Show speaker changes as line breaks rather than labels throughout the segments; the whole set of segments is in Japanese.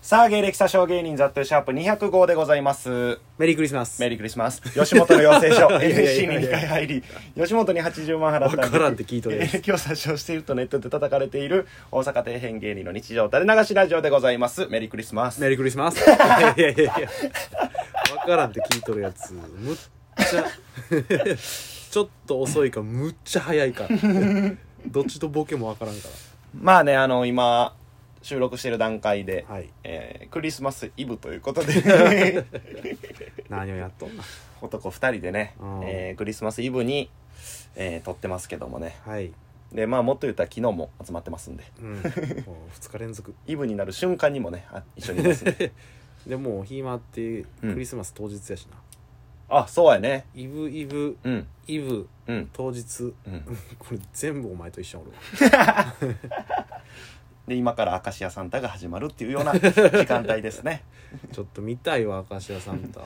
さあ芸歴詐称芸人ザットゥシャープ200号でございます
メリークリスマス。
メリークリスマス吉本の養成所
いやいや
NSC
いや
に2回入り吉本に80万払った
わからんって聞いとるや
芸
つ
歴を詐称しているとネットで叩かれている大阪底辺芸人の日常垂れ流しラジオでございますメリークリスマス
メリークリスマ ス。いやいやいやいや。わからんって聞いとるやつ。むっちゃ。 ちょっと遅いか、むっちゃ早いか。どっちとボケもわからんか
まあねあの今収録している段階で、
ら。はい。
えークリスマスイブということ で
何をやっとんな。
男2人でね
うん、
えークリスマスイブに、えー撮ってますけどもね
はい。
でまあもっと言ったら昨日も集まってますんで
うん。もう二日連続。
イブになる瞬間にもねあ一緒にいますね
でもう暇って
うん
クリスマス当日やしな。
あそうやね
イブイブ
うん
イブ
うん
当日。
うん
これ全部お前と一緒におるわ。
で今から明石家サンタが始まるっていうよ うな時間帯ですね
ちょっと見たいわ、明石家サンタ。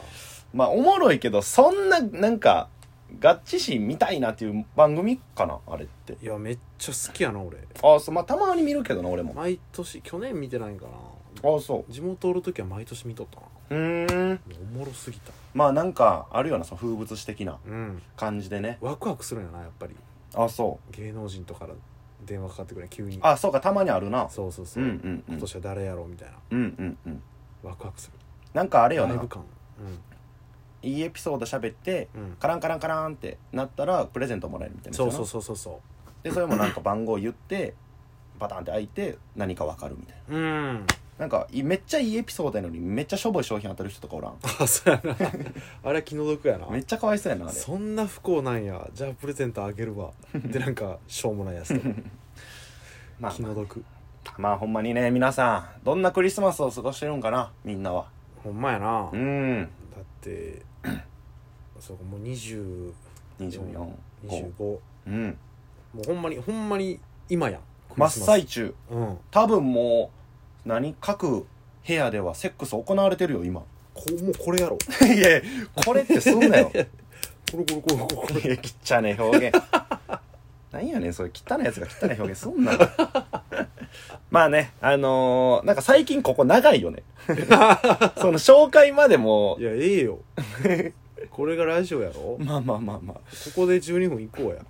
まあおもろいけどそんななんかガッチシ見たいなっていう番組かなあれって
いや、めっちゃ好きやな、俺。
あそうまあたまに見るけどな俺も
毎年、去年見てないんかな。
あそ
地元おる時は毎年見とったな
ううーん
おもろすぎた
まあなんかあるようなその風物詩的な
うん
感じでね
ワクワクするんやなやっぱり
あそう
芸能人とかから電話かかってくるんや急に
あそうかたまにあるな
そうそうそうう、
んうんうん
今年は誰やろうみたいな
うんうんうん
ワクワクする
なんかあれよ
ライ
な
ブ感
いいエピソード喋って
うん、うん、
カランカランカランってなったらプレゼントもらえるみたいな
そうそう
う
そうそうそ
でそれもなんか番号言ってバタンって開いて何か分かるみたいな
ううん
なんかいめっちゃいいエピソードやのにめっちゃしょぼい商品当たる人とかおらん
あそうやな あれは気の毒やな
めっちゃかわいそうやなあれ
そんな不幸なんやじゃあプレゼントあげるわでなん かしょうもないやつとか
まあ
気の毒
まあほんまにね皆さんどんなクリスマスを過ごしてるんかなみんなは
ほんまやな
うーん
だってそうかもう20
24 5
25
うん
もうほんまにほんまに今やん
真っ最中
うん
多分もう何各部屋ではセックス行われてるよ今
こもうこれやろ
いやこれってすんなよ
これこれこれこれこ
いや、汚ね表現。 なんやねん、それ汚いやつが汚い表現すんな。まあね、あのーなんか最近ここ長いよ ね。その紹介までも
れい、やええよ これがラジオやろこ
まあまあまあま
こで12分いこうや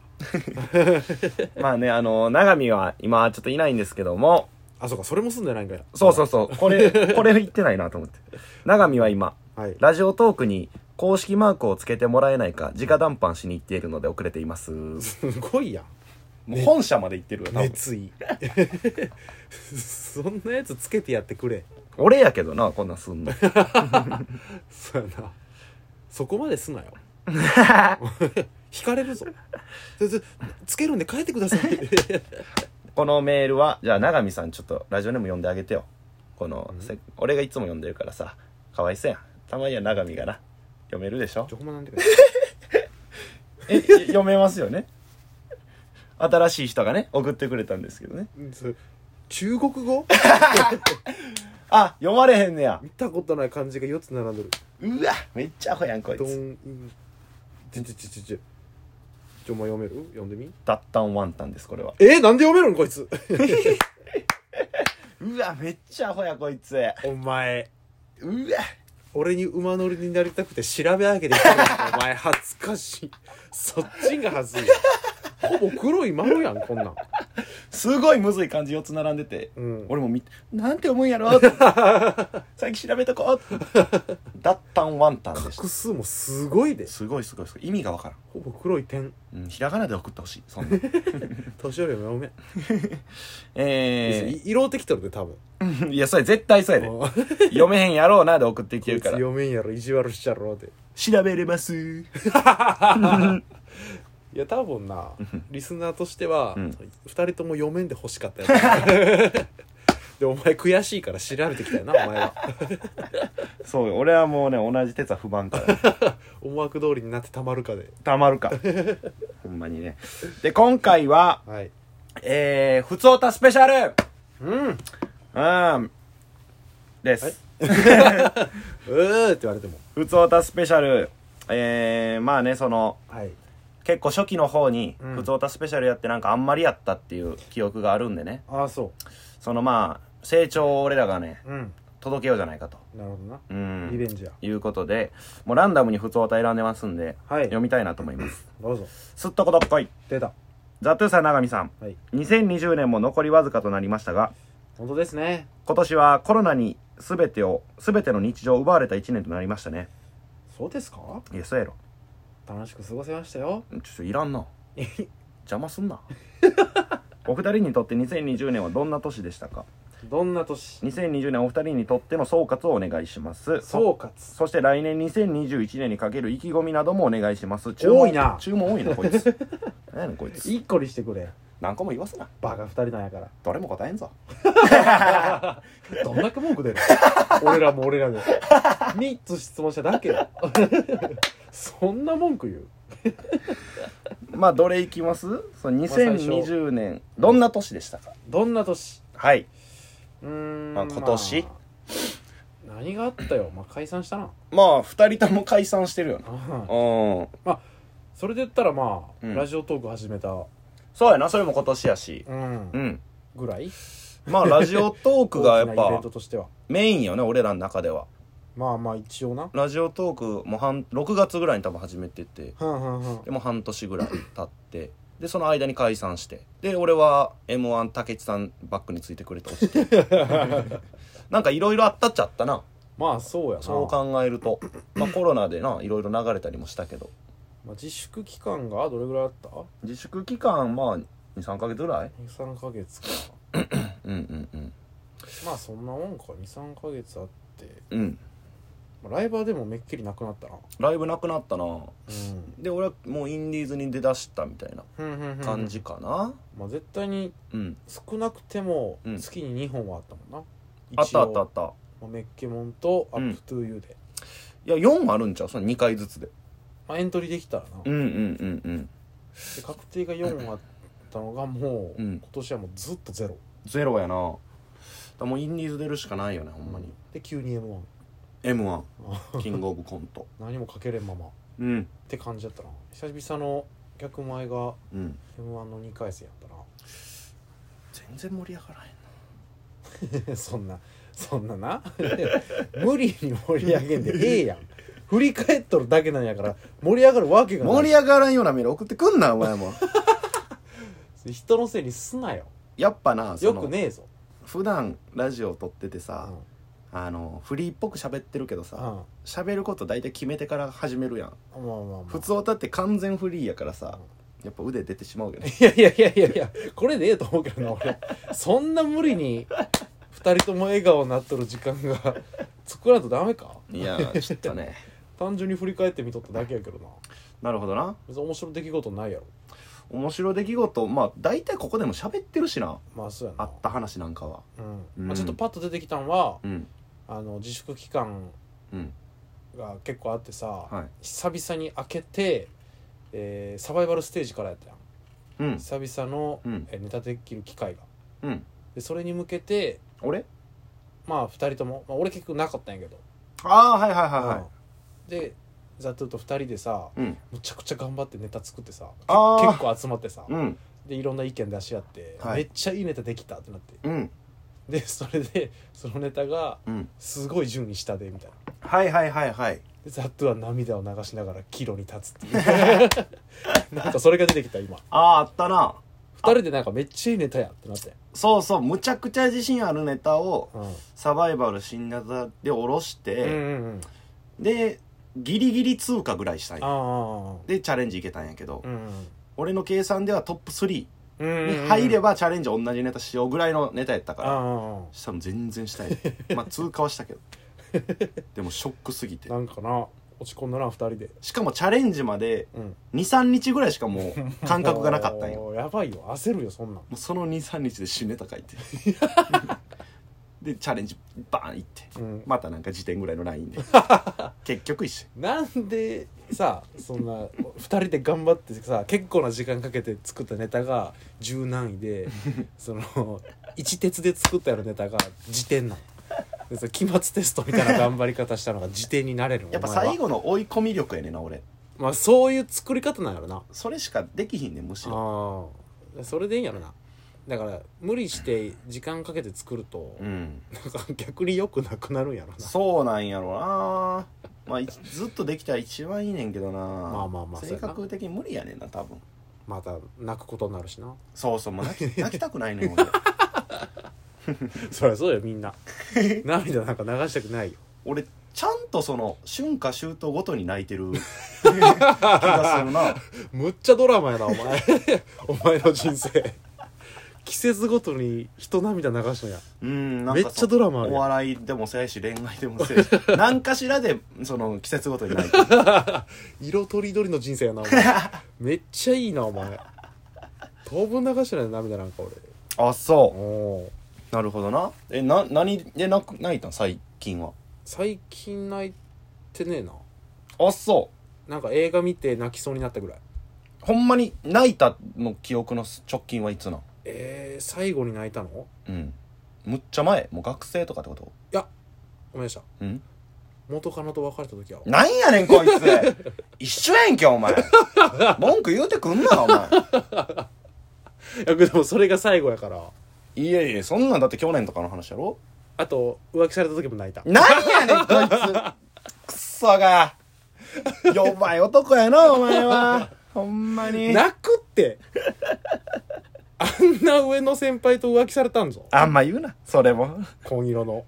あ。まあね、あのー、長見は今ちょっといないんですけども、
あそうかそれも住んでないんかや
そうそうそう、これ、これ言ってないなと思って。長見は今、
はい
ラジオトークに公式マークをつけてもらえないか、直談判しに行っているので遅れています。 も
すごいやん
う本社まで行ってるよ、多分。
熱意 そんなやつつけてやってくれ
俺やけどな、こんなんすんの。
そうやなそこまですなよ 引かれるぞつつつけるんで帰って ください
このメールはじゃあ永見さんちょっとラジオネーム読んであげてよこの、
うん
せ俺がいつも読んでるからさかわいそうやんたまには永見がな読めるでしょ
ちょほんまなんてか
え読めますよね新しい人がね送ってくれたんですけどね
それ中国語
あ読まれへんねや
見たことない漢字が4つ並んでる
うわめっちゃアホやんこい
ド
つ
ンちょちょちょちょちょちょお前読める読んでみ
「ダッタンワンタン」ですこれは
えー、なんで読めるんこいつ
うわめっちゃアホやこいつうわ
お前俺に馬乗りになりたくて調べ上げてきたのにお前恥ずかしいそっちが恥ずいほぼ黒い丸やんこんなん
すごいむずい漢字4つ並んでて、
うん
俺も見てなんて思うんやろ って最近調べとこう ダッタンワンタンでした
画数もすごいです
すごいすごいすごい意味がわからん
ほぼ黒い点
うん、ひらがなで送ってほしいそん な
年寄りも読めん、
え
い色的とるで多分
ー、いやそれ絶対そうやで
もうこ
読めへんやろうなで送ってきて
い
る
つ
から
読めんやろ意地悪しちゃろうで
調べれます
いや多分なリスナーとしては、
う
二
ん
人とも読めんで欲しかったよ でお前悔しいから調べてきたよなお前 は
そうよ俺はもうね同じ鉄は不満からね
思惑通りになってたまるかで
たまる かほんまにねで今回は
はい
えー「ふつおたスペシャル
うんう」
うんです、
はいーって言われても
ふつおたスペシャルえー、まあねその
はい
結構初期の方に「
うん
ふつおたスペシャル」やってなんかあんまりやったっていう記憶があるんでね
ああそ
そのまあ成長を俺らがね
ううん
届けようじゃないかと。
なるほどな、
う
リベ
ん。
ンジや
いうことで、もうランダムに普通歌選んでますんで、
はい
読みたいなと思います。
どうぞ
すっとこどっこい。
出た
ザ・トゥーサー長見さん。
はい
2020年も残りわずかとなりましたが、
本当ですね
今年はコロナに全てを、全ての日常を奪われた1年となりましたね。
そうですか
いや、そうやろ。
楽しく過ごせました よ
ちょっといらんな。邪魔す んな。お二人にとって2020年はどんな年でしたか
どんな年
2020年お二人にとっての総括をお願いします
総括
そして来年2021年にかける意気込みなどもお願いします
多いな
注文多いなこい つ何やねんこいつ
一個にしてくれ
何個も言わすな
バカ二人なんやから
どれも答えんぞ
どんだけ文句出る俺らも俺らで3つ質問しただけよ そんな文句言う
まあどれいきますその
あ最初
2020年どんな年でしたか
どんな年
はい、
うーん、
まあ今年
まあ何があったよ、まあ、解散したな
まあ二人とも解散してるよな
ああ
うん
それで言ったらまあ、
うん
ラジオトーク始めた
そうやなそれも今年やし
うん
うん
ぐらい
まあラジオトークがやっ
大きなイベン
ぱ
トとしては
メインよね俺らの中では
まあまあ一応な
ラジオトークも半6月ぐらいに多分始めてて
はんはんはん
でもう半年ぐらい経ってでその間に解散してで俺は m 1武智さんバックについてくれて落ちてなんかいろいろあったっちゃったな
まあそうやな
そう考えると、まあ、コロナでないろいろ流れたりもしたけど
まあ、自粛期間がどれぐらいあった
自粛期間まあ23か月ぐらい
?23 ヶ月か
うんうんうん
まあそんなもんか23ヶ月あって、
うん
まあ、ライバーでもめっきりなくなったな
ライブなくなったな
うん
で俺はもうインディーズに出だしたみたいな
ふんふんふん
感じかな
まあ絶対に
うん
少なくても
うん
月に2本はあったもん
あ
な、
ったあったあ
ま
った
あ、メッケモンとア
うん
ップトゥーユーで、
いや4あるんちゃうその2回ずつで
まあ、エントリーできたらな、
うん
で
うんうんうん
確定が4あったのがも
う
う、
ん
今年はもうずっとゼロ
ゼロやなだからもうインディーズ出るしかないよねほんまに、
で急に M1
m 1キングオブコント
何もかけれんままっ
うん
て感じだったな久々の逆前が
うん
M1 の2回戦やっ
全然盛り上がらへん
たな そんなそんなな 無理に盛り上げんでええやん振り返っとるだけなんやから盛り上がるわけがない
盛り上がらんようなメール送ってくんなお前も
人のせいにすなよ
やっぱなそ
よ
の
くねえぞ、
普段ラジオ撮ってて
う
さ、
ん
あのフリーっぽく喋ってるけどさ
あ
喋、ること大体決めてから始めるやん
あまあまあまあ
普通だって完全フリーやからさやっぱ腕出てしまうけど
いやいやいやいやいやこれでええと思うけどな俺そんな無理に2人とも笑顔になっとる時間が作らんとダメか
いやちょっとね
単純に振り返ってみとっただけやけどな
なるほどな
別に面白い出来事ないやろ
面白い出来事まあ大体ここでも喋ってるしな
まあそうや
あ
な
った話なんかは
う
うん
んまあ、ちょっとパッと出てきたんは
うん
あの自粛期間
うん
が結構あってさ、
はい
久々に開けて、えーサバイバルステージからやったやん
うん
久々の、
うん
えーネタできる機会が
うん
でそれに向けて
俺
まあ2人とも、まあ、俺結局なかったんやけど
ああはいはいはいはい
うんでザ・トゥと2人でさ
うん
むちゃくちゃ頑張ってネタ作ってさけ
あー
結構集まってさ
うん
でいろんな意見出し合って、
はい
めっちゃいいネタできたってなって
うん
でそれでそのネタが
うん
すごい順位下でみたいな
はいはいはいはい
でザ・トゥは涙を流しながら岐路に立つっ ていうなんかそれが出てきた今
あああったな
2人でなんかめっちゃいいネタやってなって、
そうそうむちゃくちゃ自信あるネタを
うん、うん
サバイバル新ネタで下ろし
うん
て、
うん
でギリギリ通過ぐらいしたん
あ
や
あ
でチャレンジいけたんやけど、
うん
俺の計算ではトップ3
うんうん
に入れ
ば
ばチャレンジ同じネタしようぐらいのネタやったから、
あ
したら全然したい まあ通過はしたけどでもショックすぎて
あなんかな落ち込んだな2人で
しかもチャレンジまで
うん
23日ぐらいしかもう感覚がなかったんよ
もうやばいよ焦るよそんなん
もうその23日で死ねたかいって でチャレンジバーンいって
うん
またなんか時点ぐらいのライ ンで結局一緒
なんでさそんな2人で頑張ってさ結構な時間かけて作ったネタが十何位でその一鉄で作ったようなネタが辞典なのでさ期末テストみたいな頑張り方したのが辞典になれるの
やっぱ
お前は
最後の追い込み力やねんな俺
まあそういう作り方なんやろな
それしかできひんねんむしろ
ああそれでいいんやろなだから無理して時間かけて作ると、
うん
なんか逆に良くなくなるんやろな
そうなんやろなまあいずっとできたら一番いいねんけどなま
あまあまあ
性格的に無理やねんな多分
また泣くことになるしな
そうそうもう 泣き泣きたくないねん俺
そりゃそうよみんな 涙なんか流したくないよ
俺ちゃんとその春夏秋冬ごとに泣いて る気がするな
むっちゃドラマやなお前 お前の人生季節ごとに人涙流すのや
うんなんか
めっちゃドラマある
お
やん
笑いでもせえし恋愛でもせえ し何かしらでその季節ごとに泣いてる
色とりどりの人生やなお 前めっちゃいいなお前当分流してない涙なんか俺
あそ
お
うなるほどなえな何で泣く泣いたん最近は
最近泣いてねえな
あそう
なんか映画見て泣きそうになったぐらい
ほんまに泣いたの記憶の直近はいつなん
えー、最後に泣いたの
うんむっちゃ前もう学生とかってこと
ごめんなさい
うん
元カノと別れた時は
なんやねんこ いつ一緒やんけお前文句言うてくんなお前
いやでもそれが最後やから
いやいやそんなんだって去年とかの話やろ
あと浮気された時も泣いた
何やねんこいつクソが弱い男やなお前はほんまに
泣くってあんな上の先輩と浮気されたんぞ
あんま言うなそれも
紺色の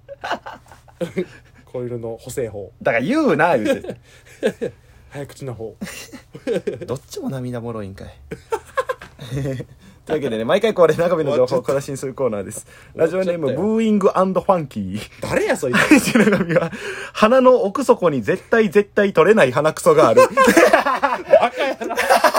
紺色の補正法
だから言うな言うて
早口の方
どっちも涙もろいんか いというわけでね毎回これ中身の情報を小出しにするコーナーですラジオネーム
終わっちゃったよ
ブーイングファンキー
誰やそいつ
中上は鼻の奥底に絶対絶対取れない鼻くそがある
バカやな